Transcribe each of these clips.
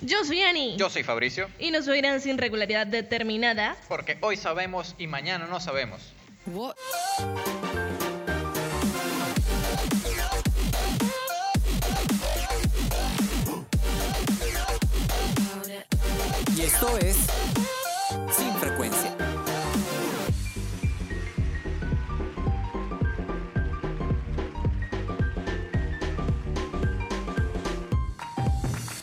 Yo soy Ani. Yo soy Fabricio, Y nos oirán sin regularidad determinada. porque hoy sabemos y mañana no sabemos. What? Y esto es Sin Frecuencia.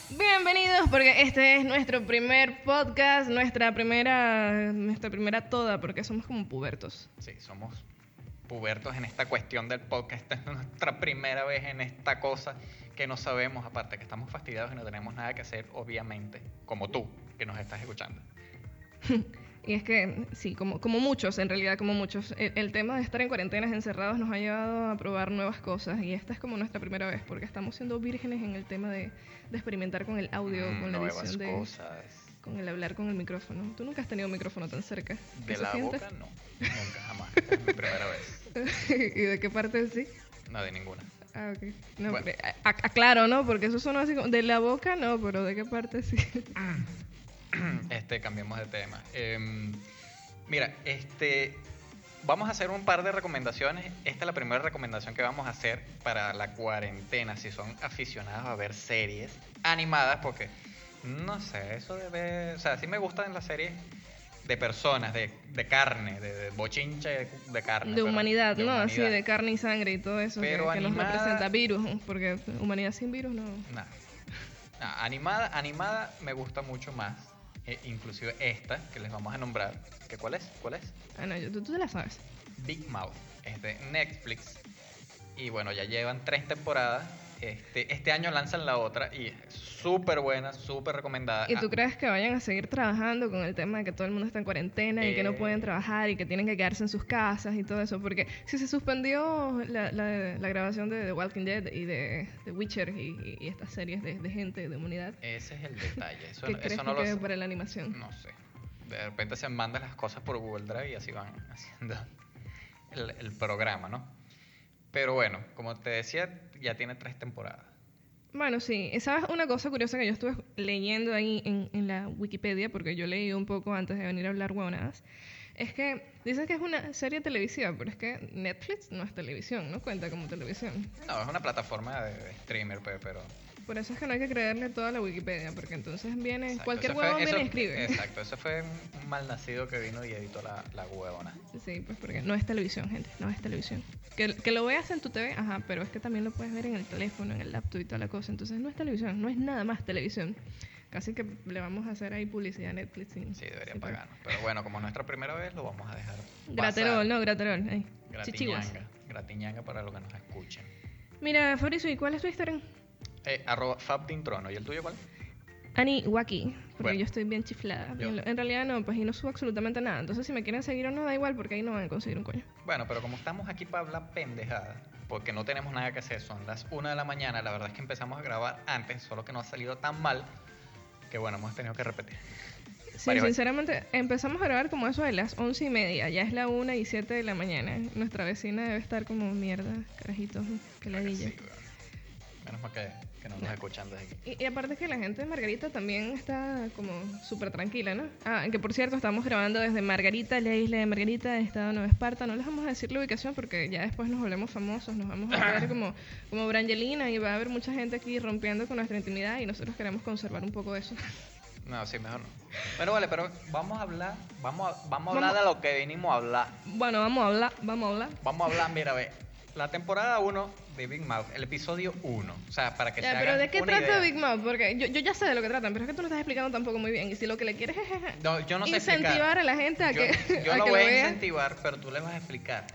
Bienvenidos, porque este es nuestro primer podcast, nuestra primera, nuestra primera toda, porque somos como pubertos. Sí, somos pubertos en esta cuestión del podcast. Esta es nuestra primera vez en esta cosa que no sabemos, aparte que estamos fastidiados y no tenemos nada que hacer, obviamente, como tú que nos estás escuchando. Y es que, sí, como, como muchos, en realidad, como muchos, el, el tema de estar en cuarentenas encerrados nos ha llevado a probar nuevas cosas. Y esta es como nuestra primera vez, porque estamos siendo vírgenes en el tema de, de experimentar con el audio, Mm, con la Nuevas edición de. cosas. Con el hablar con el micrófono. Tú nunca has tenido un micrófono tan cerca. ¿Qué De se la siente? boca, no. Nunca, jamás. Esta es mi primera vez. ¿Y de qué parte sí? No, de ninguna. Ah, ok. No, Bueno. pero, a- a- aclaro, ¿no? Porque eso suena así como... De la boca no, pero ¿de qué parte sí? Este, cambiemos de tema. Em, mira, este, vamos a hacer un par de recomendaciones. Esta es la primera recomendación que vamos a hacer para la cuarentena, si son aficionados a ver series animadas, porque no sé, eso de ver, o sea, sí me gustan las series de personas, de, de carne, de, de bochinche de, de carne. de Ah, pero- humanidad, de ¿no? Así humanidad. de carne y sangre y todo eso que- Pero que, nos animada- representa virus. Porque humanidad sin virus no... Nah. Nah, animada, animada me gusta mucho más. eh, inclusive esta que les vamos a nombrar. ¿Que ¿Cuál es? ¿Cuál es? Ah, no, yo- tú, tú te la sabes. Big Mouth. Es de Netflix. Y bueno, ya llevan tres temporadas. Este, este año lanzan la otra y es súper buena, súper recomendada. ¿Y Ah, tú crees que vayan a seguir trabajando con el tema de que todo el mundo está en cuarentena y que no Eh. pueden trabajar y que tienen que quedarse en sus casas y todo eso? Porque si se suspendió la, la- la grabación de The Walking Dead y de The Witcher y, y- y estas series de, de gente, de humanidad, Ese es el detalle. Eso, ¿qué eso crees no que lo quede sé. para la animación? No sé. De repente se mandan las cosas por Google Drive y así van haciendo el, el programa, ¿no? Pero bueno, como te decía, ya tiene tres temporadas. Bueno, sí. ¿Sabes una cosa curiosa que yo estuve leyendo ahí en, en la Wikipedia? Porque yo leí un poco antes de venir a hablar huevonadas. Es que dicen que es una serie televisiva, pero es que Netflix no es televisión, no cuenta como televisión. No, es una plataforma de, de streamer, pe- pero... Por eso es que no hay que creerle toda la Wikipedia, porque entonces viene exacto, cualquier eso fue- huevón viene eso- y escribe. Exacto, eso fue un mal nacido que vino y editó la, la huevona. Sí, pues porque no es televisión, gente, no es televisión. Que, que lo veas en tu TV, ajá, pero es que también lo puedes ver en el teléfono, en el laptop y toda la cosa. Entonces no es televisión, no es nada más televisión. Casi que le vamos a hacer ahí publicidad a Netflix. sin- Sí, debería sin pagarnos. Pero bueno, como es nuestra primera vez, lo vamos a dejar. pasar. Graterol, no, Graterol. ahí. Chichiguas. Gratiñanga. Gratiñanga para los que nos escuchen. Mira, Fabricio, ¿y cuál es tu Instagram? Eh, arroba Fabtintrono. ¿Y el tuyo cuál? Ani Waki, porque Bueno. yo estoy bien chiflada. Yo. En realidad no, pues y no subo absolutamente nada. Entonces, si me quieren seguir o no, da igual, porque ahí no van a conseguir un coño. Bueno, pero como estamos aquí para hablar pendejada, porque no tenemos nada que hacer, son las 1 de la mañana, la verdad es que empezamos a grabar antes, solo que no ha salido tan mal, que bueno, hemos tenido que repetir. Sí, Vale, vale. sinceramente, empezamos a grabar como eso de las once y media. Ya es la una y siete de la mañana. Nuestra vecina debe estar como mierda, carajitos, que la Sí, weón. Menos mal que, que no nos escuchan desde aquí. Y, y aparte que la gente de Margarita también está como súper tranquila, ¿no? Ah, que por cierto, estamos grabando desde Margarita, la isla de Margarita, estado Nueva Esparta. No les vamos a decir la ubicación porque ya después nos volvemos famosos, nos vamos a ver como, como Brangelina y va a haber mucha gente aquí rompiendo con nuestra intimidad y nosotros queremos conservar un poco eso. No, sí, mejor no. Bueno, vale, pero vamos a hablar, vamos a, vamos a hablar Vamos- de lo que vinimos a hablar. Bueno, vamos a hablar, vamos a hablar. Vamos a hablar, mira, ve. La temporada 1 de Big Mouth, el episodio 1. O sea, para que Ya, se pero hagan ¿de qué una trata idea. Big Mouth? Porque yo, yo ya sé de lo que tratan, pero es que tú no estás explicando tampoco muy bien. Y si lo que le quieres es No, yo no sé incentivar explicar. a la gente a Yo, que, yo a lo que voy a vea. incentivar, pero tú le vas a explicar.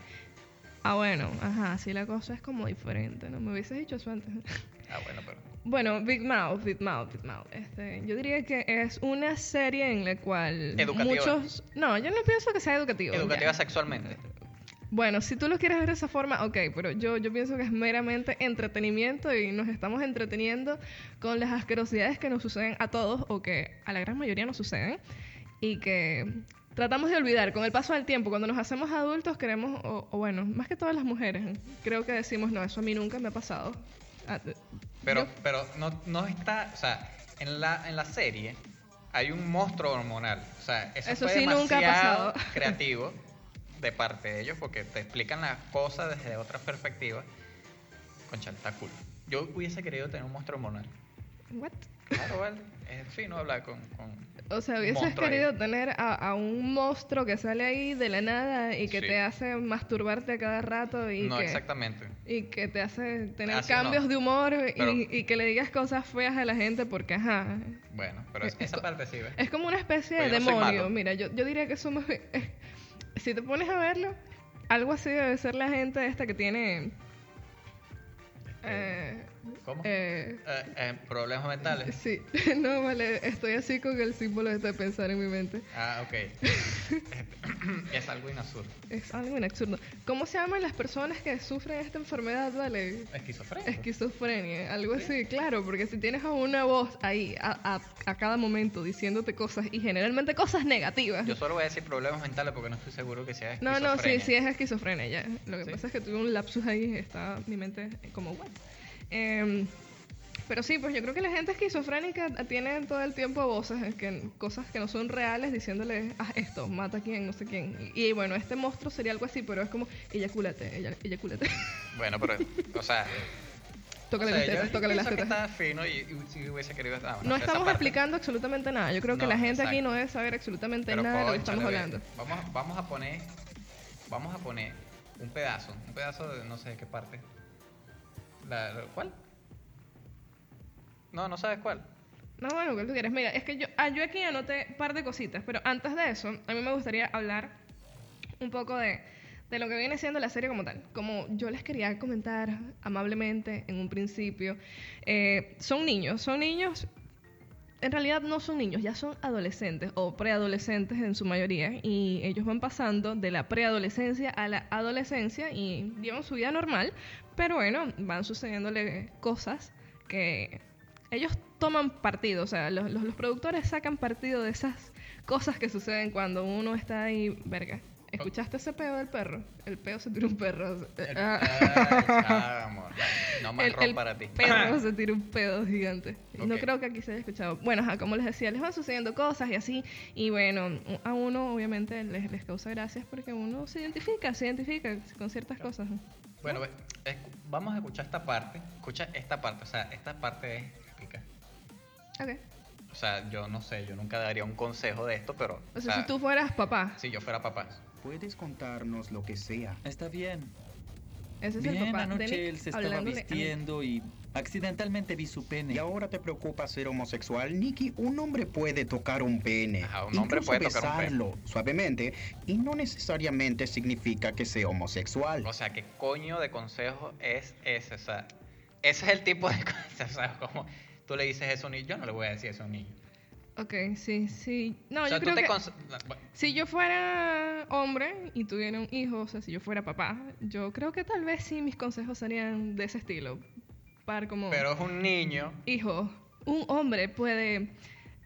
Ah, bueno, ajá, sí, la cosa es como diferente, ¿no? Me hubieses dicho eso antes. Ah, bueno, pero. Bueno, Big Mouth, Big Mouth, Big Mouth. Este, yo diría que es una serie en la cual Educativa. muchos... No, yo no pienso que sea educativo. Educativa ya. sexualmente. Bueno, si tú lo quieres ver de esa forma, ok, pero yo, yo pienso que es meramente entretenimiento y nos estamos entreteniendo con las asquerosidades que nos suceden a todos o que a la gran mayoría nos suceden y que tratamos de olvidar con el paso del tiempo. Cuando nos hacemos adultos queremos, o, o bueno, más que todas las mujeres, creo que decimos, no, eso a mí nunca me ha pasado. Ah, Pero, yo- pero no, no está. O sea, en la, en la serie hay un monstruo hormonal. O sea, eso, Eso fue sí nunca ha demasiado pasado. creativo de parte de ellos porque te explican las cosas desde otras perspectivas. Concha, está cool. Yo hubiese querido tener un monstruo hormonal. What? Claro, eh, vale. Es fino hablar con... con- O sea, hubieses Monstruo ahí. querido tener a, a un monstruo que sale ahí de la nada y que Sí. te hace masturbarte a cada rato y, No, que, exactamente. y que te hace tener Así Ah, no. cambios de humor y- Pero- y, que le digas cosas feas a la gente porque, ajá. Bueno, pero es- Es esa co- parte sí, ¿ves? Es como una especie de Pero Pues yo no soy demonio. malo. Mira, yo, yo diría que eso más bien- Si te pones a verlo, algo así debe ser la gente esta que tiene. eh, ¿Cómo? eh, Eh, eh, problemas mentales. sí, no, vale, estoy así con el símbolo este de pensar en mi mente. Ah, ok. Este, es algo inasur. Es algo bien absurdo. ¿Cómo se llaman las personas que sufren esta enfermedad, vale? Esquizofrénico. Esquizofrenia, algo así, claro, porque si tienes a una voz ahí a, a- a cada momento diciéndote cosas y generalmente cosas negativas. Yo solo voy a decir problemas mentales porque no estoy seguro que sea No, no, sí, esquizofrenia. sí es esquizofrenia ya. Lo que Sí. pasa es que tuve un lapsus ahí, estaba mi mente como what. Em, pero sí, pues yo creo que la gente esquizofrénica tiene todo el tiempo voces, eh, que, cosas que no son reales, diciéndole, haz esto, mata a quien, no sé quién. Y, y bueno, este monstruo sería algo así, pero es como, eyacúlate, ella- eyacúlate. Bueno, pero, o sea, tócale o sea, las yo- tetas, yo tócale las pienso que tetas. Está fino y, y, y hubiese querido. ah, bueno, No esa estamos parte. explicando absolutamente nada. Yo creo que No, la gente aquí exacto. no debe saber absolutamente Pero, nada de lo que cónchale, estamos ve, hablando. Vamos, vamos a poner, vamos a poner un pedazo, un pedazo de no sé de qué parte. La- la- ¿Cuál? No, no sabes cuál. No, bueno, que tú quieres. Mira, es que yo, ah, yo aquí anoté un par de cositas, pero antes de eso, a mí me gustaría hablar un poco de, de lo que viene siendo la serie como tal. Como yo les quería comentar amablemente en un principio, eh, son niños, son niños, en realidad no son niños, ya son adolescentes o preadolescentes en su mayoría, y ellos van pasando de la preadolescencia a la adolescencia y llevan su vida normal, pero bueno, van sucediéndole cosas que ellos toman partido, o sea, los, los- los productores sacan partido de esas cosas que suceden cuando uno está ahí, verga. ¿Escuchaste ese peo del perro? El peo se tiró un perro. El- Ah. Ah, amor. No más El, ron el para ti. Ah, perro se tira un pedo gigante. No Ok. creo que aquí se haya escuchado. Bueno, ajá, como les decía, les van sucediendo cosas y así. Y bueno, a uno obviamente les, les causa gracias porque uno se identifica, se identifica con ciertas cosas. Bueno, ve, escu- vamos a escuchar esta parte. Escucha esta parte, o sea, esta parte es épica. Ok. O sea, yo no sé, yo nunca daría un consejo de esto, pero. O sea, si tú fueras papá, si yo fuera papá. Puedes contarnos lo que sea. Está bien. ese es el bien, papá. de Nick anoche él se estaba hablándole a Nick. vistiendo y accidentalmente vi su pene. ¿Y ahora te preocupa ser homosexual? Nicky, un hombre puede tocar un pene. Ajá, un hombre incluso puede tocar un pene. besarlo suavemente y no necesariamente significa que sea homosexual. O sea, ¿qué coño de consejo es ese? O sea, ese es el tipo de consejo. O sea, como tú le dices eso a un niño. Yo no le voy a decir eso a un niño. Ok, sí, sí. No, o sea, yo creo tú que... te. conse- Si yo fuera hombre y tuviera un hijo, o sea, si yo fuera papá, yo creo que tal vez sí mis consejos serían de ese estilo. Para como... Pero es un niño. Hijo, un hombre puede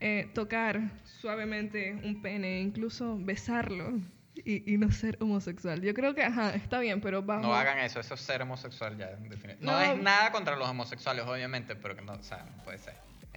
eh, tocar suavemente un pene, incluso besarlo y, y no ser homosexual. Yo creo que, ajá, está bien, pero vamos. No hagan eso, eso es ser homosexual ya. en definitiva. No, No. es nada contra los homosexuales, obviamente, pero que no, o sea, no puede ser.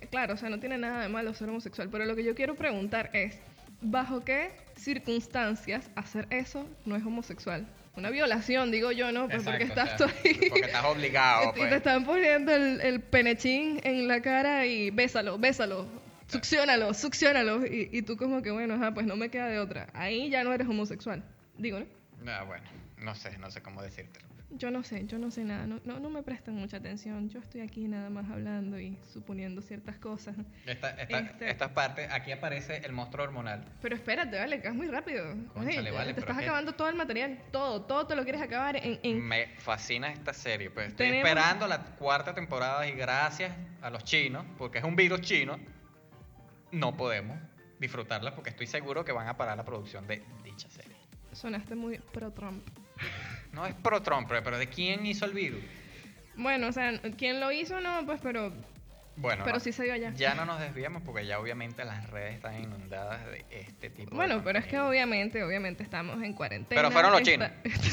Claro, o sea, no tiene nada de malo ser homosexual, pero lo que yo quiero preguntar es, ¿bajo qué circunstancias hacer eso no es homosexual? Una violación, digo yo, ¿no? Pues porque Exacto, estás o tú sea, ahí. Porque estás obligado. y te Pues. están poniendo el, el penechín en la cara y bésalo, bésalo, succionalo, succionalo. Y, y tú como que, bueno, ajá, pues no me queda de otra. Ahí ya no eres homosexual. Digo, ¿no? Ah, bueno, no sé, no sé cómo decírtelo. Yo no sé, yo no sé nada, no, no, no me prestan mucha atención. Yo estoy aquí nada más hablando y suponiendo ciertas cosas. Esta, esta, Este- esta parte, aquí aparece el monstruo hormonal. Pero espérate, vale, que es muy rápido. Cónchale, Ay, vale, te pero estás es que- acabando todo el material, todo, todo te lo quieres acabar en... en- Me fascina esta serie. Pues estoy Tenemos- esperando la cuarta temporada y gracias a los chinos, porque es un virus chino, no podemos disfrutarla porque estoy seguro que van a parar la producción de dicha serie. Sonaste muy pro-Trump. No es pro pues, Trump, pero pero ¿de quién hizo el virus? Bueno, o sea, ¿quién lo hizo? No, pues, pero... Bueno, pero no, sí se dio allá. ya no nos desviamos porque ya obviamente las redes están inundadas de este tipo. de Bueno, pero es que contenido. obviamente, obviamente estamos en cuarentena. Pero fueron los esta-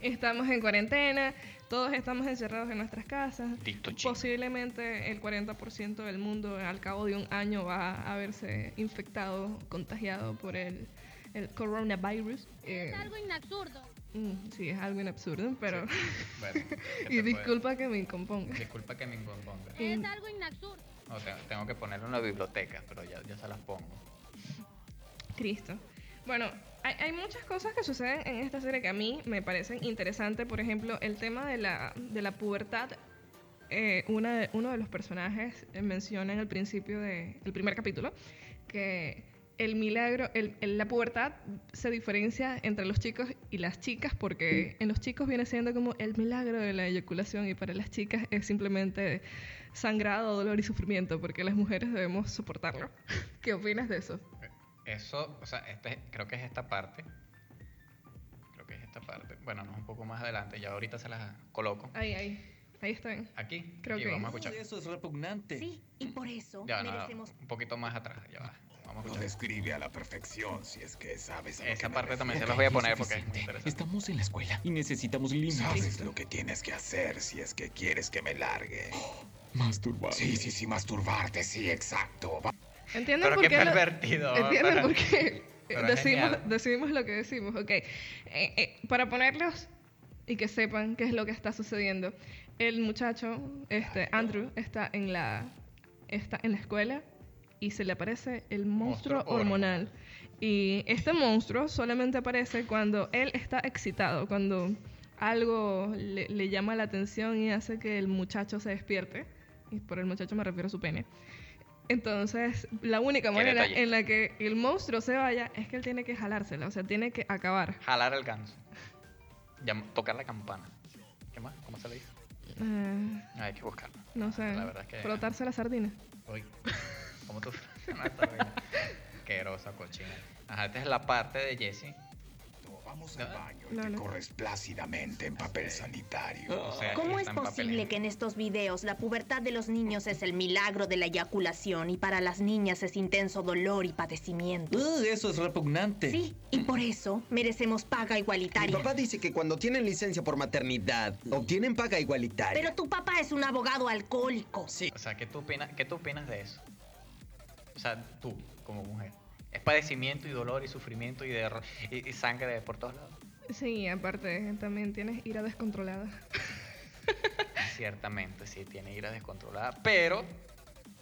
estamos en cuarentena, todos estamos encerrados en nuestras casas. Dicto Pues chino. Posiblemente el 40% del mundo al cabo de un año va a haberse infectado, contagiado por el, el coronavirus. Eh, Es algo inabsurdo. mm, sí, es algo absurdo, pero... Bueno, ¿qué te y puedo- disculpa que me incomponga. Disculpa que me incomponga. Es Mm. algo inabsurdo. No, tengo, tengo que ponerlo en la biblioteca, pero ya, ya se las pongo. Cristo. Bueno, hay, hay muchas cosas que suceden en esta serie que a mí me parecen interesantes. Por ejemplo, el tema de la, de la pubertad. Eh, una de- uno de los personajes eh, menciona en el principio del primer capítulo que el milagro, el- el- la pubertad se diferencia entre los chicos y las chicas porque en los chicos viene siendo como el milagro de la eyaculación y para las chicas es simplemente sangrado, dolor y sufrimiento porque las mujeres debemos soportarlo. ¿Qué opinas de eso? Eso, o sea, este, creo que es esta parte. Creo que es esta parte. Bueno, no, un poco más adelante. Ya ahorita se las coloco. Ahí, ahí. Ahí están. Aquí. Creo y que- vamos a Todo escuchar. eso es repugnante. Sí, y por eso Ya, no, no, merecemos un poquito más atrás. Ya va. Vamos a Lo escuchar. Pues describe a la perfección si es que sabes a lo que Esa me parte refiero. también se las voy a Es poner porque es muy suficiente. interesante. Estamos en la escuela y necesitamos límites. Sabes lo que tienes que hacer si es que quieres que me largue. Oh, Masturbar. Sí, sí, sí, masturbarte, sí, exacto. Va- ¿Entienden Pero por qué qué? lo- pervertido. ¿Entienden para- por qué? Pero es Decimos, genial. decimos lo que decimos, ok. Eh, eh, para ponerlos y que sepan qué es lo que está sucediendo, el muchacho, este, Andrew, está en la, está en la escuela y se le aparece el monstruo, Monstruo hormonal. Y este monstruo solamente aparece cuando él está excitado, cuando algo le, le llama la atención y hace que el muchacho se despierte. Y por el muchacho me refiero a su pene. Entonces, la única Qué manera detalle. en la que el monstruo se vaya es que él tiene que jalársela, o sea, tiene que acabar. Jalar el ganso. Llam- tocar la campana. ¿Qué más? ¿Cómo se le dice? Eh, Ah, hay que buscarlo. no sé, La verdad es que. frotarse la sardina. Uy, ¿cómo tú no, está bien. Asquerosa cochina. Ajá, esta es la parte de Jesse. Vamos ¿Ah? al baño y No, te no. corres plácidamente en papel sanitario. O sea, que ¿Cómo es está en papel posible que en estos videos la pubertad de los niños es el milagro de la eyaculación y para las niñas es intenso dolor y padecimiento? Uh, eso es repugnante. Sí, y por eso merecemos paga Mi igualitaria. papá dice que cuando tienen licencia por maternidad, Mm. obtienen paga igualitaria. Pero tu papá es un abogado alcohólico. Sí. O sea, ¿qué tú, opinas, ¿qué tú opinas de eso? O sea, tú, como mujer. Es padecimiento y dolor y sufrimiento y, de, y, y sangre por todos lados. Sí, aparte, también tienes ira descontrolada. Ciertamente, sí, tiene ira descontrolada. Pero,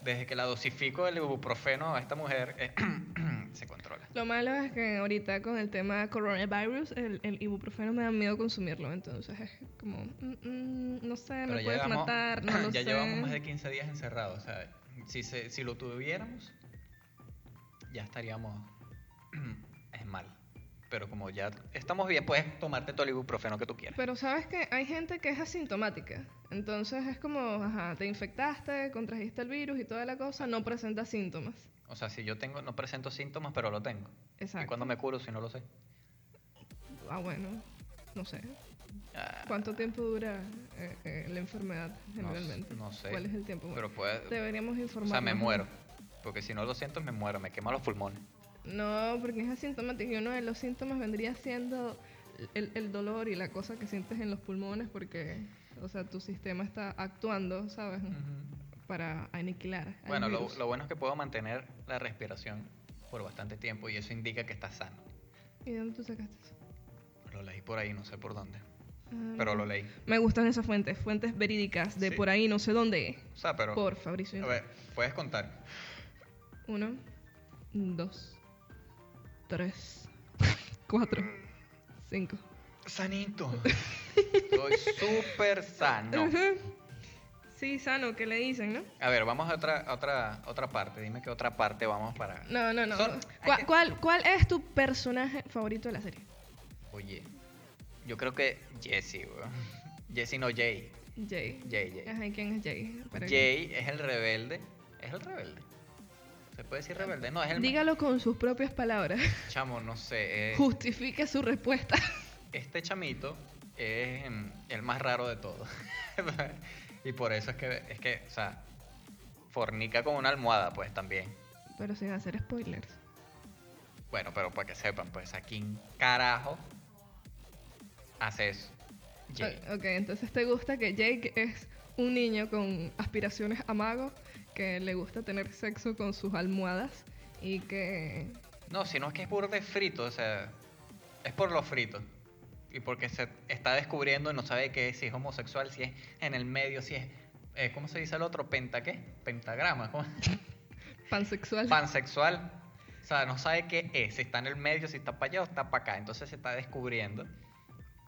desde que la dosifico del ibuprofeno a esta mujer, eh, se controla. Lo malo es que ahorita con el tema coronavirus, el, el ibuprofeno me da miedo consumirlo, entonces es como, mm, mm, no sé, Pero me ya puedes llevamos- matar, no lo ya sé. llevamos más de 15 días encerrados. O sea, si, se- si lo tuviéramos, ya estaríamos. es mal. Pero como ya estamos bien, puedes tomarte todo el ibuprofeno que tú quieras. Pero sabes que hay gente que es asintomática. Entonces es como, ajá, te infectaste, contrajiste el virus y toda la cosa, no presenta síntomas. O sea, si yo tengo, no presento síntomas, pero lo tengo. ¿Y Exacto. cuándo me curo si no lo sé? Ah, bueno, no sé. Ah, ¿Cuánto tiempo dura eh, eh, la enfermedad no s- generalmente? No, sé. ¿Cuál es el tiempo? Bueno, Pero puede- deberíamos o informar. sea, me muero. Porque si no lo siento, me muero. Me quema los pulmones. No, porque es asintomático. Y uno de los síntomas vendría siendo el, el dolor y la cosa que sientes en los pulmones porque, o sea, tu sistema está actuando, ¿sabes? Para aniquilar. al Mm. Bueno, lo, virus. lo bueno es que puedo mantener la respiración por bastante tiempo y eso indica que estás sano. ¿Y dónde tú sacaste eso? Lo leí por ahí, no sé por dónde. Ah, Pero no. lo leí. Me gustan esas fuentes, fuentes verídicas de Sí. por ahí no sé dónde. O sea, pero. por Fabricio. A ver, puedes contar. Uno, dos, tres, cuatro, cinco. Sanito. Estoy súper sano. Ujú. Sí, sano, que le dicen, ¿no? A ver, vamos a otra, a otra, a otra parte. Dime qué otra parte vamos para. No, no, no. Son- ¿Cuál, hay que- cuál, cuál es tu personaje favorito de la serie? Oye, yo creo que Jesse, weón. Jesse no Jay. Jay. Jay, Jay. Ajá, ¿y ¿quién es Jay? Para que- Jay es el rebelde. ¿Es el rebelde? ¿Se puede decir rebelde? No, es el. Dígalo con sus propias palabras. Chamo, no sé. eh, Justifique su respuesta. este chamito es em, mm, el más raro de todos. y por eso es que, es que, o sea, fornica con una almohada, pues también. Pero sin hacer spoilers. Bueno, pero para que sepan, pues a quién carajo hace eso. Jake. O- Ok, entonces te gusta que Jake es un niño con aspiraciones a mago, que le gusta tener sexo con sus almohadas y que... No, sino es que es por de frito, o sea, es por los fritos. Y porque se está descubriendo y no sabe qué es, si es homosexual, si es en el medio, si es. eh, ¿Cómo se dice el otro? ¿Penta qué? Pentagrama. ¿cómo? Pansexual. Pansexual. O sea, no sabe qué es, si está en el medio, si está para allá o está para acá. Entonces se está descubriendo.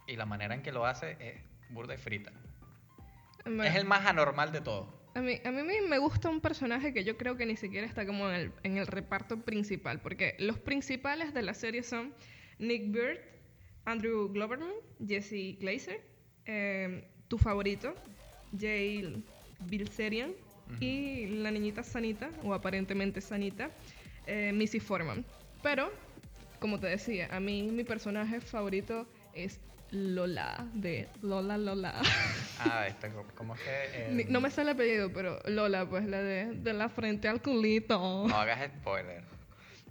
Y la manera en que lo hace es burda y frita. Bueno, Es el más anormal de todos. a, mí, a mí me- me gusta un personaje que yo creo que ni siquiera está como en el, en el reparto principal, porque los principales de la serie son Nick Bird, Andrew Gloverman, Jesse Glazer, eh, tu favorito, Jail Bilzerian y la niñita sanita, o aparentemente sanita, eh, Missy Foreman. Pero, como te decía, a mí mi personaje favorito es Lola, de Lola Lola. Ah, este, ¿cómo es que.? eh, Ni- No me sale el apellido, pero Lola, pues la de, de la frente al culito. no hagas spoiler.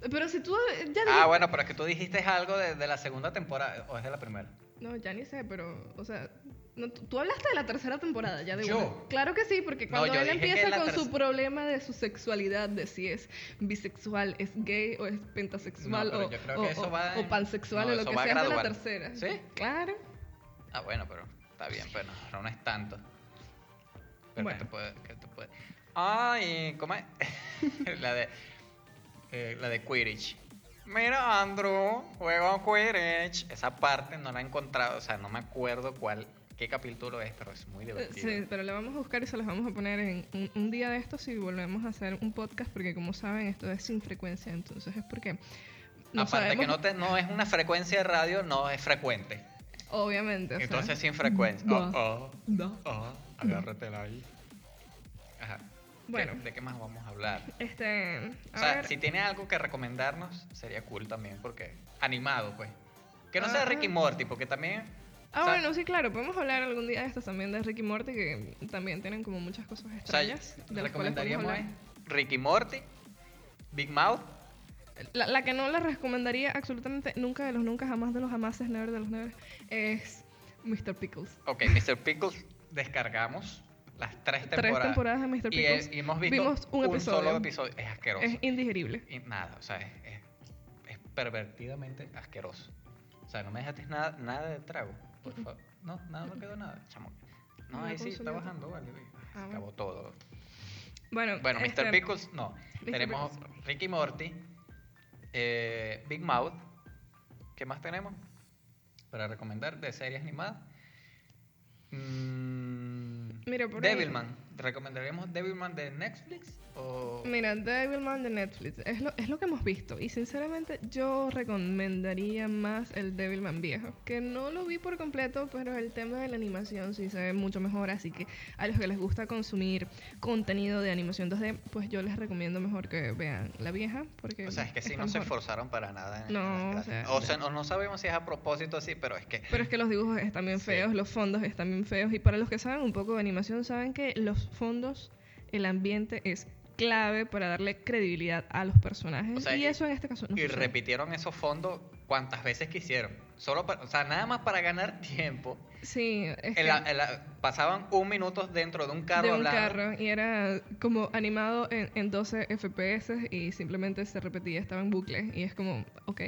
Pero si tú eh, ya Ah, dijiste- bueno, pero es que tú dijiste algo de, de la segunda temporada, o es de la primera. No, ya ni sé, pero, o sea, no, tú, tú hablaste de la tercera temporada, ya de ¿Yo? una. Claro que sí, porque No, cuando yo él dije que empieza la con terc- su problema de su sexualidad, de si es bisexual, es gay o es pentasexual No, pero o, yo creo o- que eso o- va en- o pansexual no, o lo eso que va sea es de la gradual. tercera. ¿Sí? Claro. Ah, bueno, pero está bien, pero no, no es tanto. Pero Bueno. ¿qué te puede, qué te puede? Ay, ¿cómo es? la de. eh, la de Quidditch. Mira, Andrew, juega a Quidditch. Esa parte no la he encontrado, o sea, no me acuerdo cuál, qué capítulo es, pero es muy Eh, divertido. Sí, pero la vamos a buscar y se las vamos a poner en un, un día de estos y volvemos a hacer un podcast porque como saben esto es sin frecuencia, entonces es porque no Aparte sabemos, que no, te- no es una frecuencia de radio, no es frecuente. obviamente. o sea, Entonces sin frecuencia. da, Oh, oh. da. Ah, agárratela ahí. Ajá. Bueno. Bueno. ¿De qué más vamos a hablar? Este, a O sea, ver, si tiene algo que recomendarnos, sería cool también, porque animado, pues. Que no sea Ajá. Ricky Morty, porque también. ah o sea, bueno, sí, claro, podemos hablar algún día de estos también de Ricky Morty que también tienen como muchas cosas O sea, extrañas de las cuales podemos recomendaríamos hablar. es Ricky Morty, Big Mouth. La, la que no la recomendaría absolutamente nunca de los nunca jamás de los jamases, never de los never es Mr. Pickles. Ok, Mr. Pickles, descargamos las tres temporadas. Tres temporadas de Mr. Y, eh, Pickles. y hemos visto Vimos un episodio. solo episodio. Es asqueroso. Es indigerible. Y nada, o sea, es, es- es pervertidamente asqueroso. O sea, no me dejaste nada, nada de trago, por favor. No, nada, no quedó nada, chamo. No, Una ahí sí está consolidad. bajando, vale. ve. Ah, bueno. Acabó todo. Bueno, Bueno, este, Mr. Pickles, no. Mr. Tenemos Ricky Morty, eh, Big Mouth. ¿Qué más tenemos para recomendar de series animadas? Mm, Mira, por ahí- Devilman. ¿Recomendaríamos Devilman de Netflix? O... Mira, Devilman de Netflix es lo, es lo que hemos visto y sinceramente yo recomendaría más el Devilman viejo, que no lo vi por completo, pero el tema de la animación sí se ve mucho mejor, así que a los que les gusta consumir contenido de animación 2D, pues yo les recomiendo mejor que vean la vieja, porque O sea, es que sí, está no se mejor. esforzaron para nada. en- No, en las o sea, gráficas. o sea, no, no sabemos si es a propósito así, pero es que... Pero es que los dibujos están bien Sí. feos, los fondos están bien feos. Y para los que saben un poco de animación, saben que los fondos, el ambiente es clave para darle credibilidad a los personajes. O sea, y y- eso en este caso no Y sucede. repitieron esos fondos cuantas veces quisieron. Solo para- o sea, nada más para ganar tiempo. Sí, es En que la- en la- pasaban un minuto dentro de un carro de un hablando. carro y era como animado en, en 12 FPS y simplemente se repetía, estaba en bucle. Y es como, ok,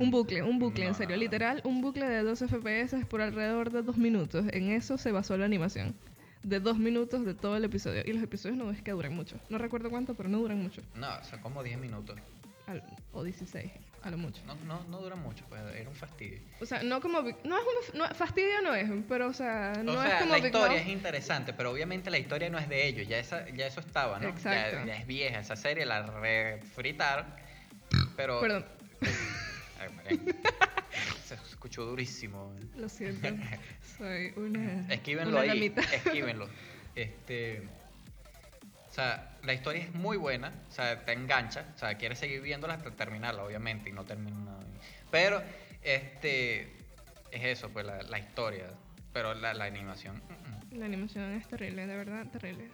un bucle, un bucle, en No, serio. no, no. Literal, un bucle de 12 FPS por alrededor de dos minutos. En eso se basó la animación. De dos minutos de todo el episodio. Y los episodios no es que duran mucho. No recuerdo cuánto, pero no duran mucho. No, son como 10 minutos. Al- o 16, a lo mucho. No, no, no duran mucho, pues era un fastidio. O sea, no como... Big- No es un... no- fastidio no es, pero o sea, no o sea, es como... la Big historia Mouth. es interesante, pero obviamente la historia no es de ellos. Ya, esa, ya eso estaba, ¿no? Ya- Exacto. Ya, es vieja esa serie, la refritaron. Pero... Perdón, Ay, María. Se escuchó durísimo. lo siento. Soy una... Esquívenlo una ahí. damita. Esquívenlo. Este. O sea, la historia es muy buena. O sea, te engancha. O sea, quieres seguir viéndola hasta terminarla, obviamente. Y no termina. Pero, este. Es eso, pues, la, la historia. Pero la, la animación. mm, mm. La animación es terrible, de verdad, terrible.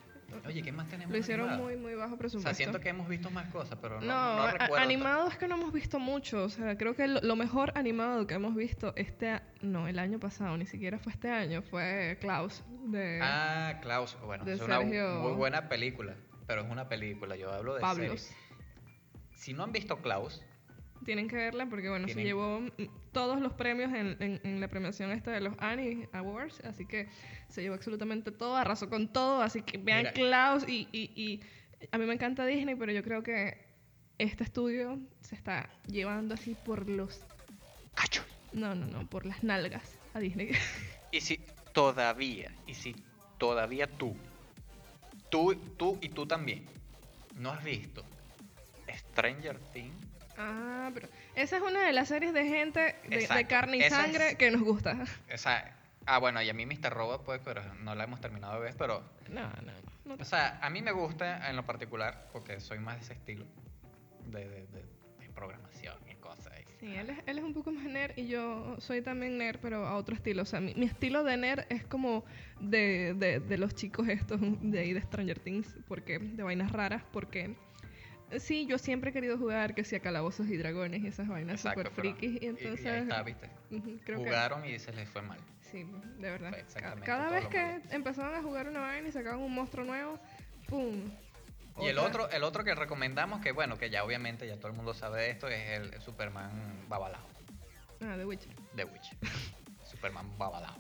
Oye, ¿qué más tenemos? Lo hicieron animado? muy, muy bajo O sea, presupuesto. siento que hemos visto más cosas, pero no, No, no a- recuerdo. animado es que no hemos visto mucho. O sea, creo que lo, lo mejor animado que hemos visto este... a- No, el año pasado, ni siquiera fue este año. Fue Klaus de... Ah, Klaus. Bueno, De es una Sergio- muy buena película, pero es una película. Yo hablo de Pablos. series. Si no han visto Klaus, Tienen que verla porque, bueno, se Tienen- llevó mm, todos los premios en, en- en la premiación esta de los Annie Awards, así que se llevó absolutamente todo, arrasó con todo, así que vean Mira. Klaus y, y- y a mí me encanta Disney, pero yo creo que este estudio se está llevando así por los... No, no, no, por las nalgas a Disney. y si todavía, y si todavía tú, tú, tú y tú también, no has visto Stranger Things, ah, pero esa es una de las series de gente de- de, Exacto. carne y Esa es- sangre que nos gusta. o sea, ah, bueno, y a mí Mr. Robot, pues, pero no la hemos terminado de ver, pero No, no, no. O sea, a mí me gusta en lo particular, porque soy más de ese estilo, de, de- de- de programación y cosas. y- Sí, él es, él es un poco más nerd y yo soy también nerd, pero a otro estilo. O sea, mi, mi estilo de nerd es como de, de- de los chicos estos de ahí de Stranger Things, porque de vainas raras, porque eh, sí, yo siempre he querido jugar que sea calabozos y dragones y esas vainas Exacto, super pero- frikis. y- Y y entonces, ahí está, ¿viste? ujú, creo Jugaron y se les fue mal. que sí, de verdad. Fue Ca- Pues, exactamente Cada todo vez lo que malo. empezaban a jugar una vaina y sacaban un monstruo nuevo, ¡pum! Y el Otra. otro, el otro que recomendamos, que bueno, que ya obviamente ya todo el mundo sabe de esto, es el, el Superman babalao Ah, The Witcher. de Witch. Superman babalao.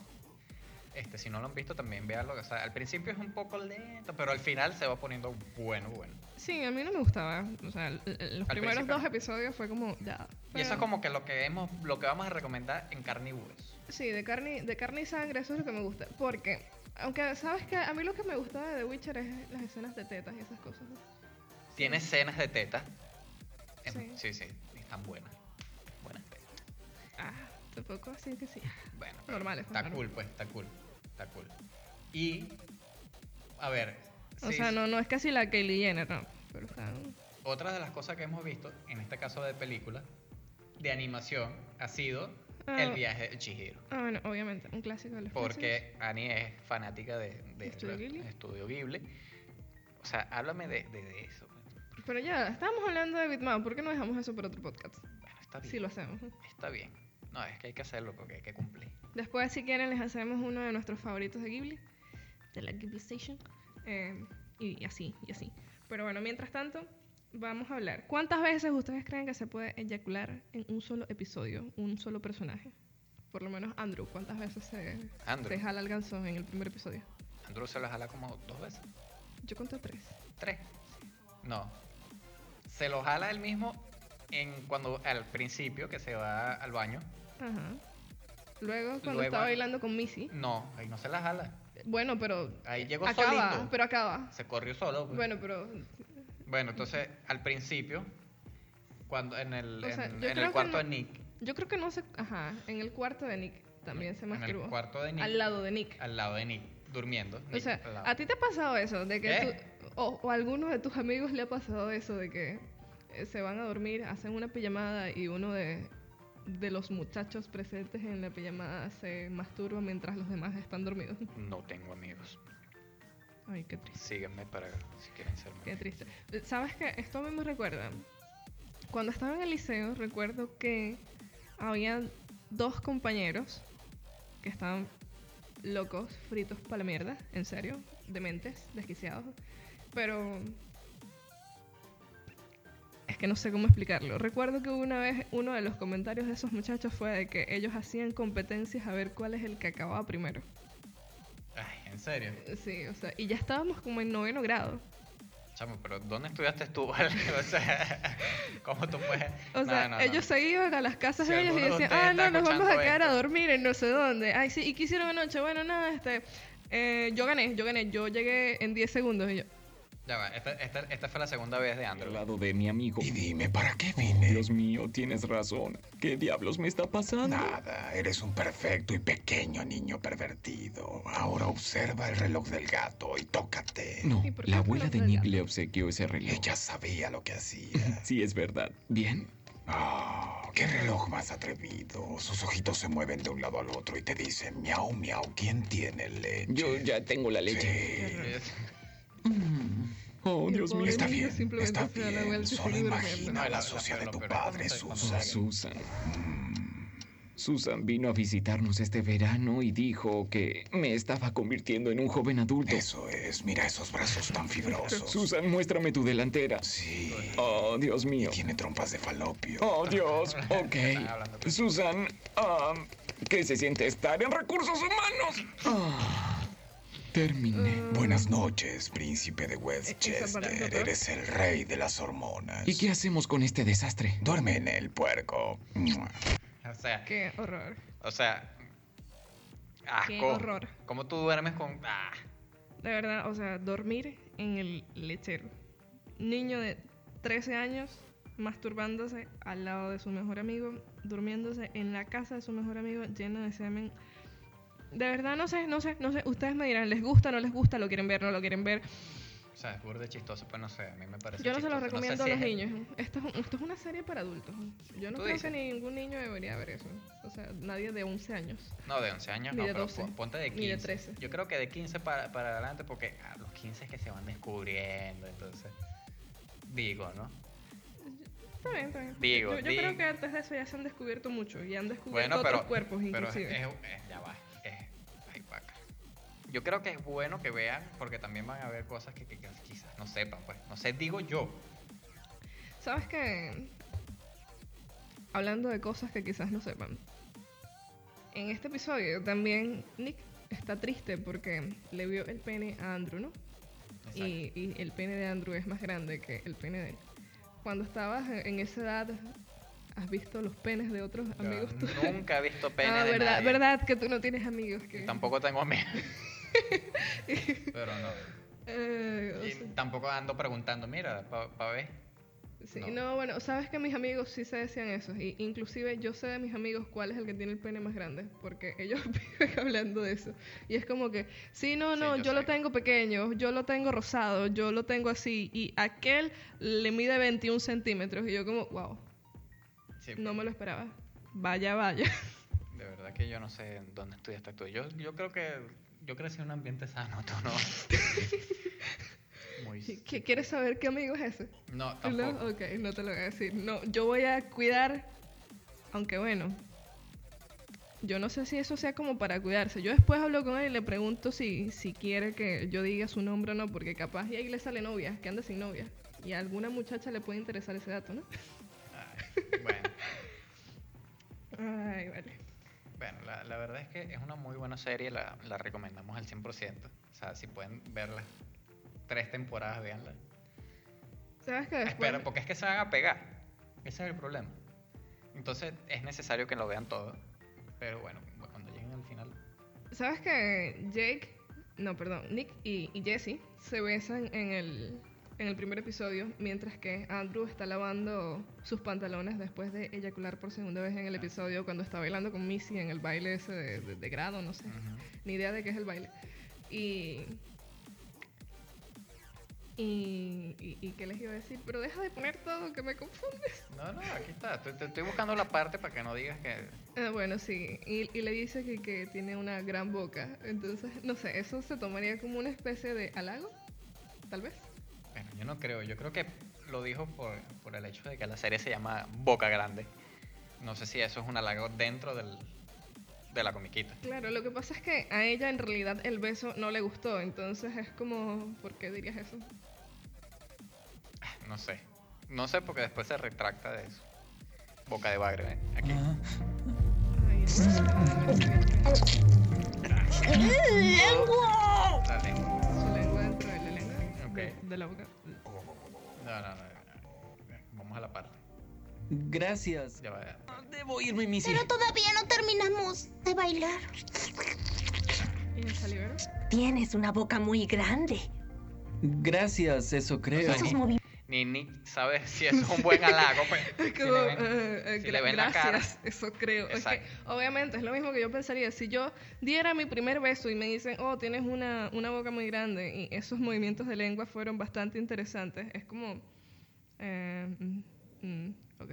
Este, si no lo han visto, también véanlo. O sea, al principio es un poco lento, pero al final se va poniendo bueno, bueno. Sí, a mí no me gustaba. O sea, l- l- los Al primeros principio dos no. episodios fue como, ya. Y eso es pero- como que lo que hemos, lo que vamos a recomendar en carnívoros. Sí, de carne, de carne y sangre, eso es lo que me gusta. Porque, aunque sabes que a mí lo que me gustaba de The Witcher es las escenas de tetas y esas cosas. Tiene escenas de teta. Em, Sí. Sí, sí, están buenas. Buenas tetas. Ah, tampoco así que sí. Bueno, Normales, Está normales. cool, pues, está cool. Está cool. Y. A ver. O sí, sea, sí. no, no es casi la Kylie Jenner, no. Pero están. Otra de las cosas que hemos visto, en este caso de película, de animación, ha sido Ah. El viaje de Chihiro. Ah, bueno, obviamente, un clásico de los clásicos. Porque Annie es fanática de, de ¿Estudio los- Ghibli? Estudio Ghibli. O sea, háblame de, de- de eso. Bueno, Pero ya, estábamos hablando de Bitmap, ¿por qué no dejamos eso para otro podcast? está bien. Sí, lo hacemos. Está bien. No, es que hay que hacerlo porque hay que cumplir. Después, si quieren, les hacemos uno de nuestros favoritos de Ghibli, de la Ghibli Station. Eh, y así, y así. Pero bueno, mientras tanto, vamos a hablar. ¿Cuántas veces ustedes creen que se puede eyacular en un solo episodio, un solo personaje? Por lo menos Andrew, ¿cuántas veces se, Andrew. se jala el ganzón en el primer episodio? Andrew se lo jala como dos veces. Yo conté tres. Tres. No. Se lo jala él mismo en cuando al principio que se va al baño. Ajá. Luego, cuando Luego- estaba bailando con Missy. No, ahí no se la jala. Bueno, pero Ahí llegó acaba, solito. pero acaba. Se corrió solo. pues. Bueno, pero Bueno, entonces al principio cuando en el, O sea, en, yo en creo el que cuarto no- de Nick. yo creo que no se... Ajá, en el cuarto de Nick también se En masturbó. el cuarto de Nick. Al lado de Nick. al lado de Nick durmiendo. O Nick sea, al lado. ¿a ti te ha pasado eso? De que ¿Eh? tú- o, o a alguno de tus amigos le ha pasado eso de que eh, se van a dormir, hacen una pijamada y uno de, de los muchachos presentes en la pijamada se masturba mientras los demás están dormidos. no tengo amigos. Ay, qué triste. Síganme para si quieren ser más. Qué triste. Eh, ¿Sabes qué? Esto a mí me recuerda. Cuando estaba en el liceo, recuerdo que había dos compañeros que estaban locos, fritos para la mierda, en serio, dementes, desquiciados. Pero. Es que no sé cómo explicarlo. Recuerdo que una vez uno de los comentarios de esos muchachos fue de que ellos hacían competencias a ver cuál es el que acababa primero. Ay, en serio. Sí, o sea, y ya estábamos como en noveno grado. Chamo, pero ¿dónde estudiaste tú? vale? o sea, ¿cómo tú puedes? O No, sea, no, no. ellos se iban a las casas Si de ellos y alguno de decían, ustedes ah, no, está nos vamos a escuchando quedar a esto". dormir en no sé dónde. Ay, sí, ¿y qué hicieron anoche? Bueno, nada, este, eh, yo gané, yo gané, yo llegué en 10 segundos. Y yo, Ya va, esta, esta- esta fue la segunda vez de Al Andrew. lado de mi amigo. Y dime, ¿para qué vine? Oh, Dios mío, tienes razón. ¿Qué diablos me está pasando? Nada, eres un perfecto y pequeño niño pervertido. Ahora observa el reloj del gato y tócate. No, ¿Y por qué la el abuela reloj de del Nick gato? le obsequió ese reloj. Ella sabía lo que hacía. Sí, es verdad. Bien. Oh, qué reloj más atrevido. Sus ojitos se mueven de un lado al otro y te dicen, miau, miau, ¿quién tiene leche? Yo ya tengo la leche. Sí. Oh, El Dios mío. pobre Está niño bien, simplemente está se da la bien, vuelta y se solo sigue imagina. durmiendo. A la Lo- socia lo- de lo tu peor padre, es cuando- Susan. Oh, Susan. mm, Susan vino a visitarnos este verano y dijo que me estaba convirtiendo en un joven adulto. Eso es, mira esos brazos tan fibrosos. Susan, muéstrame tu delantera. Sí, Oh, Dios mío. tiene trompas de falopio. Oh, Dios. Están hablando. Ok. Susan, ah, ¿qué se siente estar en recursos humanos? Ah, terminé. Buenas noches, príncipe de Esa para Westchester. nosotros. Eres el rey de las hormonas. ¿Y qué hacemos con este desastre? Duerme en el puerco. Mua. O sea, Qué horror. o sea. Asco. Qué horror. ¿Cómo tú duermes con.? Ah, De verdad, o sea, dormir en el lechero. Niño de 13 años masturbándose al lado de su mejor amigo, durmiéndose en la casa de su mejor amigo lleno de semen. De verdad, no sé, no sé, no sé. Ustedes me dirán, ¿les gusta, no les gusta? ¿Lo quieren ver, no lo quieren ver? o sea, es burda de chistoso, pues no sé. A mí me parece. Yo no se los chistoso. sé recomiendo si a los es- niños. Esto es, un- esto es una serie para adultos. Yo no ¿Tú creo dices? que ningún niño debería ver eso. O sea, nadie de 11 años. No, de 11 años, Ni no, de pero 12, pon- ponte de ni 15. de 13. Yo creo que de 15 para, para adelante, porque a los 15 es que se van descubriendo, entonces. Digo, ¿no? Está bien, está bien. Digo, yo, yo digo. creo que antes de eso ya se han descubierto mucho y han descubierto Bueno, pero. otros cuerpos pero es, inclusive. es- ya va. es- ay, guaca. Yo creo que es bueno que vean, porque también van a ver cosas que, que- que quizás no sepan, pues. No sé, digo yo. ¿Sabes qué? Hablando de cosas que quizás no sepan. En este episodio también Nick está triste porque le vio el pene a Andrew, ¿no? Y, y el pene de Andrew es más grande que el pene de él. Cuando estabas en esa edad, ¿has visto los penes de otros Yo amigos tuyos? nunca he visto pene Ah, de verdad, nadie. verdad que tú no tienes amigos. Que, Y Tampoco tengo amigos. Pero no. Eh, o Y sea, tampoco ando preguntando, mira, para ver. Sí, No. no. bueno, sabes que mis amigos sí se decían eso. Y inclusive yo sé de mis amigos cuál es el que tiene el pene más grande, porque ellos viven hablando de eso. Y es como que, sí, no, Sí, no, yo yo, lo sé. tengo pequeño, yo lo tengo rosado, yo lo tengo así, y aquel le mide 21 centímetros. Y yo como, wow, Sí, no me lo esperaba. Vaya, vaya. De verdad que yo no sé dónde estudiaste tú. Yo, yo creo que yo crecí en un ambiente sano, tú no. Muy. s- ¿Qué- ¿Quieres saber qué amigo es ese? No, ¿Tú lo- tampoco. Ok, no te lo voy a decir. No, yo voy a cuidar, aunque bueno, yo no sé si eso sea como para cuidarse. Yo después hablo con él y le pregunto si, si quiere que yo diga su nombre o no, porque capaz y ahí le sale novia, que anda sin novia. Y a alguna muchacha le puede interesar ese dato, ¿no? Ay, bueno, Ay, vale. bueno la, la verdad es que es una muy buena serie, la, la recomendamos al 100%. O sea, si pueden ver las tres temporadas, véanla. ¿Sabes qué? Después, Espera, porque es que se van a pegar. Ese es el problema. Entonces es necesario que lo vean todo. Pero bueno, cuando lleguen al final. ¿Sabes que Jake, no, perdón, Nick y, y Jesse se besan en el, en el primer episodio mientras que Andrew está lavando sus pantalones después de eyacular por segunda vez en el episodio cuando está bailando con Missy en el baile ese de, de- de grado, no sé, ni idea de qué es el baile. Y, y, y, y qué les iba a decir, pero deja de poner todo que me confundes. No, no, aquí está. Te, te estoy buscando la parte para que no digas que. Ah, bueno, sí. Y, y le dice que, que tiene una gran boca. Entonces, no sé, eso se tomaría como una especie de halago, tal vez. Bueno, yo no creo. Yo creo que lo dijo por, por el hecho de que la serie se llama Boca Grande. No sé si eso es un halago dentro del, de la comiquita. Claro, lo que pasa es que a ella en realidad el beso no le gustó. Entonces es como, ¿por qué dirías eso? No sé. No sé porque después se retracta de eso. Boca de bagre, ¿eh? Aquí. Ah. Ah, Ay, su Dale. lengua dentro de la lengua. Ok. De la boca. No, no, no, no. Vamos a la parte. Gracias. Ya va. Debo irme, Missy. Pero todavía no terminamos de bailar. Y el salivero. Tienes una boca muy grande. Gracias, eso Pues creo. Esos Ni Nick sabe si eso es un buen halago. Pues, Es si como, le ven- eh, eh, si gra- le ven la gracias, cara. eso creo. Es que, Exacto. obviamente, es lo mismo que yo pensaría. Si yo diera mi primer beso y me dicen, oh, tienes una, una boca muy grande y esos movimientos de lengua fueron bastante interesantes, es como... eh, mm, mm, ok.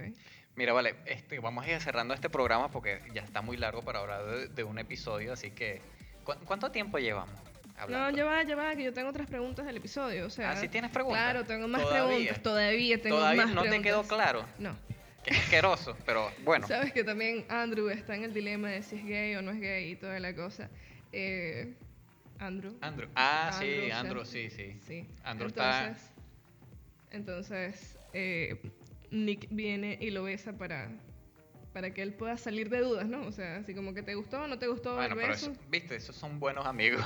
Mira, vale, este, vamos a ir cerrando este programa porque ya está muy largo para hablar de, de un episodio, así que... ¿cu- ¿Cuánto tiempo llevamos? No, hablando. ya va, ya va, que yo tengo otras preguntas del episodio. O sea, Ah, ¿sí tienes preguntas? Claro, tengo más Todavía. preguntas. Todavía tengo Todavía más no te preguntas. quedó claro. No. Que es asqueroso, pero bueno. Sabes que también Andrew está en el dilema de si es gay o no es gay y toda la cosa. Eh, Andrew. Andrew. Ah, Andrew, sí, sí. Andrew, sí, sí. Sí. Andrew está- entonces, Entonces, eh, Nick viene y lo besa para, para que él pueda salir de dudas, ¿no? O sea, así como que te gustó o no te gustó Bueno, el pero beso. eso- viste, esos son buenos amigos.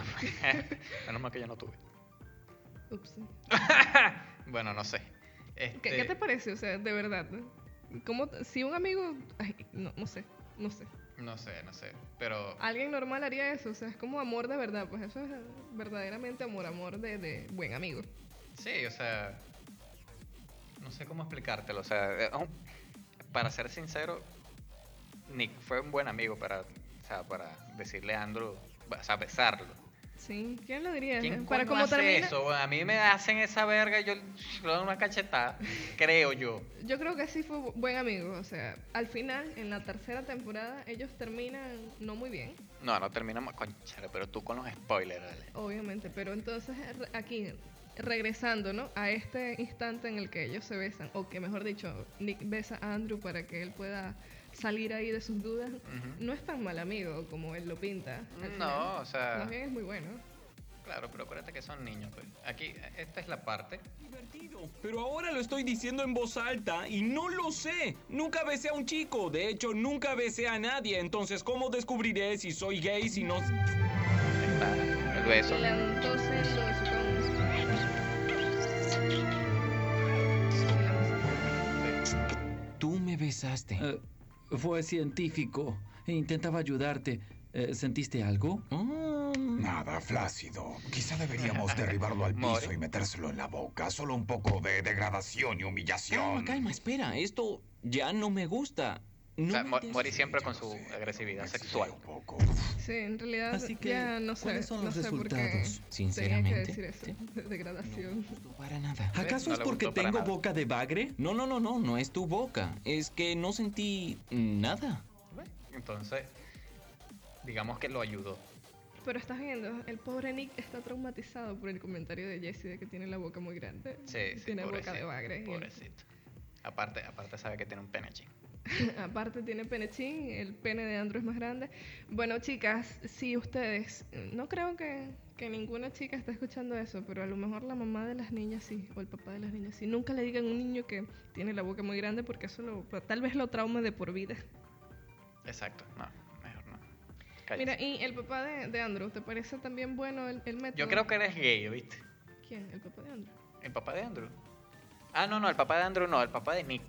Menos mal que yo no tuve. Ups. Bueno, no sé. ¿Qué, Este, qué te parece? O sea, de verdad. ¿Cómo, t- si un amigo. Ay, no, no sé. No sé. No sé, no sé. Pero Alguien normal haría eso. O sea, es como amor de verdad. Pues eso es eh, verdaderamente amor, amor de, de buen amigo. sí, o sea. No sé cómo explicártelo. O sea, eh, aún- para ser sincero, Nick fue un buen amigo para, o sea, para decirle a Andrew, o sea, besarlo. Sí. ¿Quién lo diría? ¿Quién Eh, Para coño como hace termina. eso? A mí me hacen esa verga y yo le doy una cachetada. creo yo. Yo creo que sí fue bu- buen amigo. O sea, al final, en la tercera temporada, ellos terminan no muy bien, No, no terminamos. Conchale, pero tú con los spoilers, dale. obviamente. Pero entonces, eh, re- aquí, regresando, ¿no? A este instante en el que ellos se besan, o que mejor dicho, Nick besa a Andrew para que él pueda salir ahí de sus dudas. Ujú. No es tan mal amigo como él lo pinta. al No, final. o sea. Más bien es muy bueno. Claro, pero acuérdate que son niños. pues. Aquí, esta es la parte. Divertido, Pero ahora lo estoy diciendo en voz alta y no lo sé. Nunca besé a un chico. De hecho, nunca besé a nadie. Entonces, ¿cómo descubriré si soy gay, si no... Está el beso. Le entonces Tú me besaste. Eh, fue científico e intentaba ayudarte. Eh, ¿Sentiste algo? Ah, Nada, flácido. Quizá deberíamos derribarlo al piso More. y metérselo en la boca. Solo un poco de degradación y Calma, humillación. calma, espera. Esto ya no me gusta. No O sea, me Mo- des- Mori siempre Ya con lo su sé, agresividad me excité sexual. un poco. Sí, en realidad Así que, ya no sé. ¿cuáles son los no sé por qué resultados? Tenía que Sinceramente, decir eso. de- Degradación. No, para nada. ¿Acaso No es le porque gustó para tengo nada. boca de bagre? No, no, no, no, no es tu mm, boca. Es que no sentí nada. Entonces, digamos que lo ayudó. Pero estás viendo, el pobre Nick está traumatizado por el comentario de Jesse de que tiene la boca muy grande. Sí, sí, Tiene pobrecito, boca de bagre. y- Pobrecito. Aparte, aparte sabe que tiene un penechín. Aparte tiene penechín, el pene de Andrew es más grande. Bueno, chicas, si ustedes, no creo que, que ninguna chica está escuchando eso, pero a lo mejor la mamá de las niñas sí, o el papá de las niñas sí. Nunca le digan a un niño que tiene la boca muy grande porque eso lo- tal vez lo trauma de por vida. Exacto. No, mejor no. Cállate. Mira, y el papá de, de Andrew, ¿te parece también bueno el, el método? Yo creo que eres gay, ¿viste? ¿Quién? ¿El papá de Andrew? El papá de Andrew. Ah, no, no, el papá de Andrew no, el papá de Nick.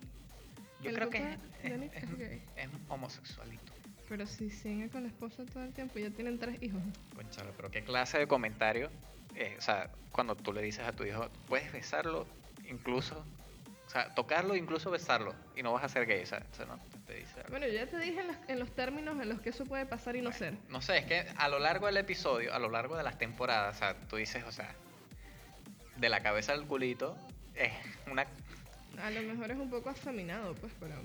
Yo El creo que papá es, de es- Nick es- es gay. es homosexualito. Pero si siguen con la esposa todo el tiempo, ya tienen tres hijos. Conchale, pero qué clase de comentario. eh, o sea, cuando tú le dices a tu hijo, puedes besarlo, incluso. O sea, tocarlo, incluso besarlo. Y no vas a ser gay, o sea, eso no te dice algo. Bueno, yo ya te dije en los, en los términos en los que eso puede pasar y no ser. No sé, es que a lo largo del episodio, a lo largo de las temporadas, o sea, tú dices, o sea, de la cabeza al culito, es una. A lo mejor es un poco afeminado, pues, pero...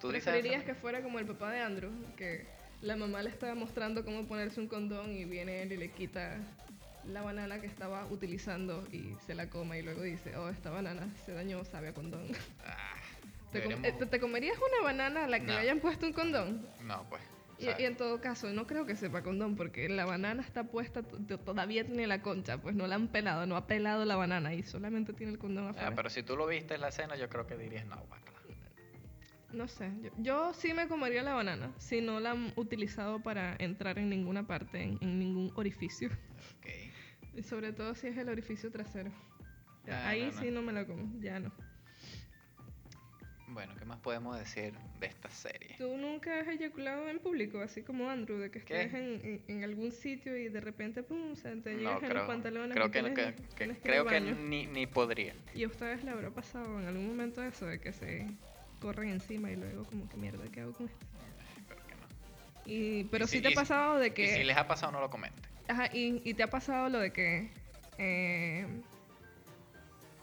Tú dices. preferirías que fuera como el papá de Andrew, que la mamá le estaba mostrando cómo ponerse un condón y viene él y le quita la banana que estaba utilizando y se la coma y luego dice, oh, esta banana se dañó, sabe a condón. Ah, ¿Te, com- deberíamos- eh, te- te comerías una banana a la que No. le hayan puesto un condón? No, pues. o Y, sea, y en todo caso, no creo que sepa condón, porque la banana está puesta, t- t- todavía tiene la concha, pues no la han pelado, no ha pelado la banana y solamente tiene el condón ah, afuera. pero si tú lo viste en la escena, yo creo que dirías, no, guácala". No sé, yo, yo sí me comería la banana, si no la han utilizado para entrar en ninguna parte, en, en ningún orificio, Ok. y sobre todo si es el orificio trasero. Ah, Ahí no, no. sí no me la como, ya no. Bueno, ¿qué más podemos decir de esta serie? ¿Tú nunca has eyaculado en público, así como Andrew, de que ¿Qué? estés en, en- en algún sitio y de repente, pum, se te llegas No, a los creo, pantalones creo y que, no- tienes- que- que- tienes ir al creo que baño? ni, ni podría. ¿Y a ustedes le habrá pasado en algún momento eso de que se corren encima y luego como que mierda, ¿qué hago con esto? Espero que no. Y, pero Y sí si- te ha y si- pasado de Y que... si les ha pasado, no lo comenten. Ajá, y, y te ha pasado lo de que eh,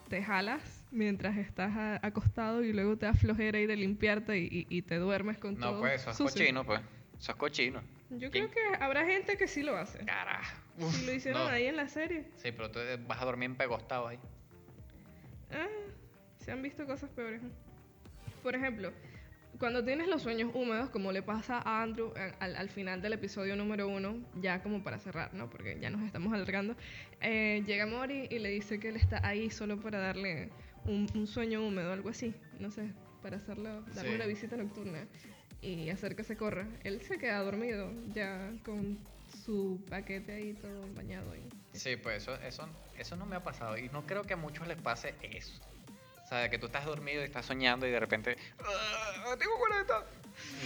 te jalas mientras estás a- acostado y luego te da flojera ir a limpiarte y, y- y te duermes con No, todo pues eso es sucio. cochino, pues. Eso es cochino. Yo ¿Quién creo que habrá gente que sí lo hace. carajo? Si Uf, lo hicieron no. ahí en la serie. Sí, pero tú eh, vas a dormir empegostado ahí. Ah, se han visto cosas peores. Por ejemplo, cuando tienes los sueños húmedos, como le pasa a Andrew eh, al, al final del episodio número uno, ya como para cerrar, ¿no? Porque ya nos estamos alargando, eh, llega Mori y le dice que él está ahí solo para darle un, un sueño húmedo, algo así, no sé, para hacerlo, darle Sí. una visita nocturna y hacer que se corra. Él se queda dormido ya con su paquete ahí todo bañado. ahí. Sí, pues eso, eso, eso no me ha pasado. Y no creo que a muchos les pase eso. O sea, que tú estás dormido y estás soñando y de repente. "Ah, ¡Tengo 40".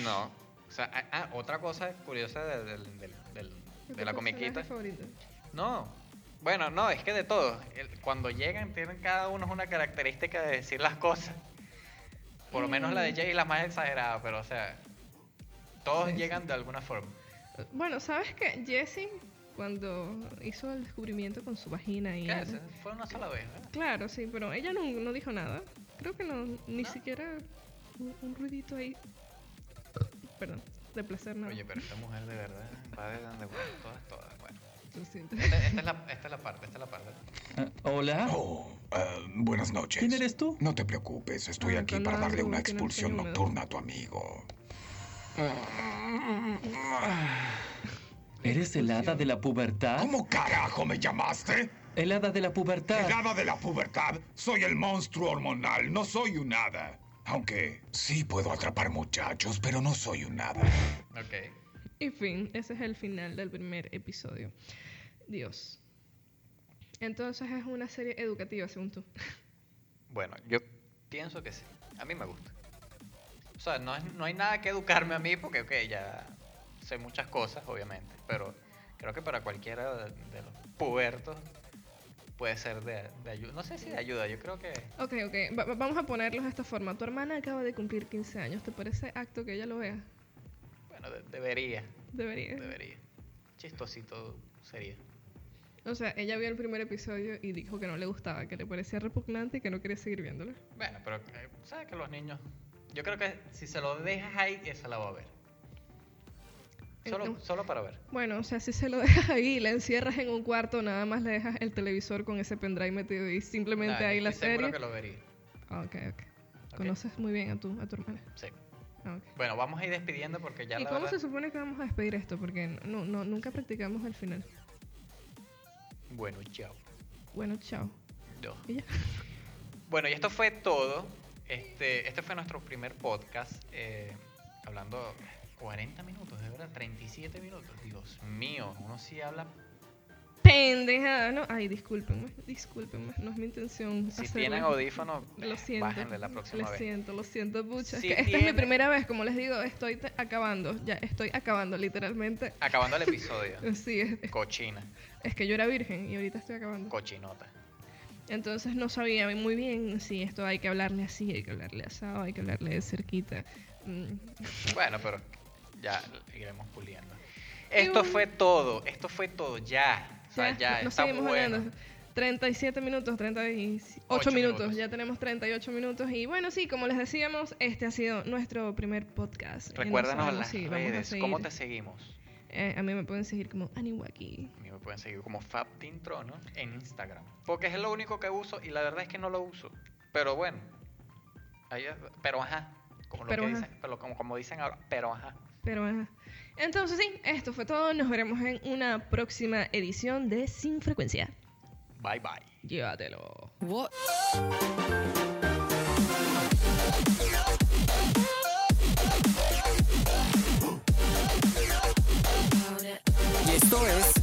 No. O sea, ah, ah, otra cosa curiosa del- del- del- del- ¿Qué de la personaje comiquita. favorito? No. Bueno, no, es que de todo. El- Cuando llegan, tienen cada uno una característica de decir las cosas. Por lo menos la Mm. de Jay es la más exagerada, pero o sea, todos llegan de alguna forma. Bueno, ¿sabes qué? Jesse, cuando hizo el descubrimiento con su vagina y... ¿Qué haces? Fue una sola vez, ¿verdad? Claro, sí, pero ella no, no dijo nada. Creo que no, ni ¿No? siquiera un, un ruidito ahí. Perdón, de placer no. Oye, pero esta mujer de verdad va de donde bueno, todas, todas. Bueno, Lo siento. esta, esta es la, esta es la parte, esta es la parte. Ah, Hola. Oh, ah, buenas noches. ¿Quién eres tú? No te preocupes, estoy Ah, aquí con para Andrew, darle una que no expulsión tiene húmedo. nocturna a tu amigo. ¿Eres el hada de la pubertad? ¿Cómo carajo me llamaste? El hada de la pubertad. El hada de la pubertad. Soy el monstruo hormonal, no soy un hada. Aunque sí puedo atrapar muchachos, pero no soy un hada. Ok. Y fin, ese es el final del primer episodio. Dios. Entonces es una serie educativa, según tú. Bueno, yo pienso que sí. A mí me gusta. O sea, no, es- no hay nada que educarme a mí porque, ok, ya sé muchas cosas, obviamente. Pero creo que para cualquiera de, de los pubertos puede ser de, de ayuda. No sé si de ayuda, yo creo que. Ok, ok, va- va- vamos a ponerlos de esta forma. Tu hermana acaba de cumplir 15 años. ¿Te parece acto que ella lo vea? Bueno, de- debería. Debería. Debería. Chistosito sería. O sea, ella vio el primer episodio y dijo que no le gustaba, que le parecía repugnante y que no quería seguir viéndolo. Bueno, pero eh, sabes que los niños. Yo creo que si se lo dejas ahí, esa la va a ver. Solo, Entonces- solo para ver. Bueno, o sea, si se lo dejas ahí y la encierras en un cuarto, nada más le dejas el televisor con ese pendrive metido y simplemente Nah, ahí yo la estoy serie. Seguro que lo vería. Ah, Ok, ok. Ok. Conoces muy bien a tu, a tu hermana. Sí. Ah, ok. Bueno, vamos a ir despidiendo porque ya ¿Y la cómo verdad- se supone que vamos a despedir esto? Porque no, no, nunca practicamos el final. Bueno, chao. Bueno, chao. No. Y ya. Bueno, y esto fue todo. Este, este fue nuestro primer podcast. eh, hablando 40 minutos, de verdad, 37 minutos. Dios mío, uno sí habla. Pendejada, ¿no? Ay, discúlpenme, discúlpenme. No es mi intención. Si hacerlo. tienen audífonos, Lo eh, siento. bájenle la próxima lo vez. siento, lo siento mucho. Si es que esta es tiene- mi primera vez, como les digo, estoy te- acabando, ya estoy acabando, literalmente. Acabando el episodio. Sí, es, es- Cochina, es que yo era virgen y ahorita estoy acabando. cochinota. Entonces no sabía muy bien si esto hay que hablarle así, hay que hablarle asado, hay que hablarle de cerquita. Mm, Bueno, pero ya iremos puliendo. Esto fue todo, esto fue todo, ya. O sea, ya, nos está seguimos bueno. hablando. 37 minutos, 38 Ocho minutos. minutos. ya tenemos 38 minutos. Y bueno, sí, como les decíamos, este ha sido nuestro primer podcast. Eh, no Recuérdanos sabemos las si vamos a redes, cómo seguir. te seguimos. Eh, a mí me pueden seguir como Aniwaki. A mí me pueden seguir como FabTintrono en Instagram. Porque es lo único que uso y la verdad es que no lo uso. Pero bueno. ahí es- pero ajá. Como, lo Pero que ajá. Dicen, pero como, como dicen ahora. Pero ajá. Pero ajá. Entonces sí, esto fue todo. Nos veremos en una próxima edición de Sin Frecuencia. Bye bye. Llévatelo. Y esto es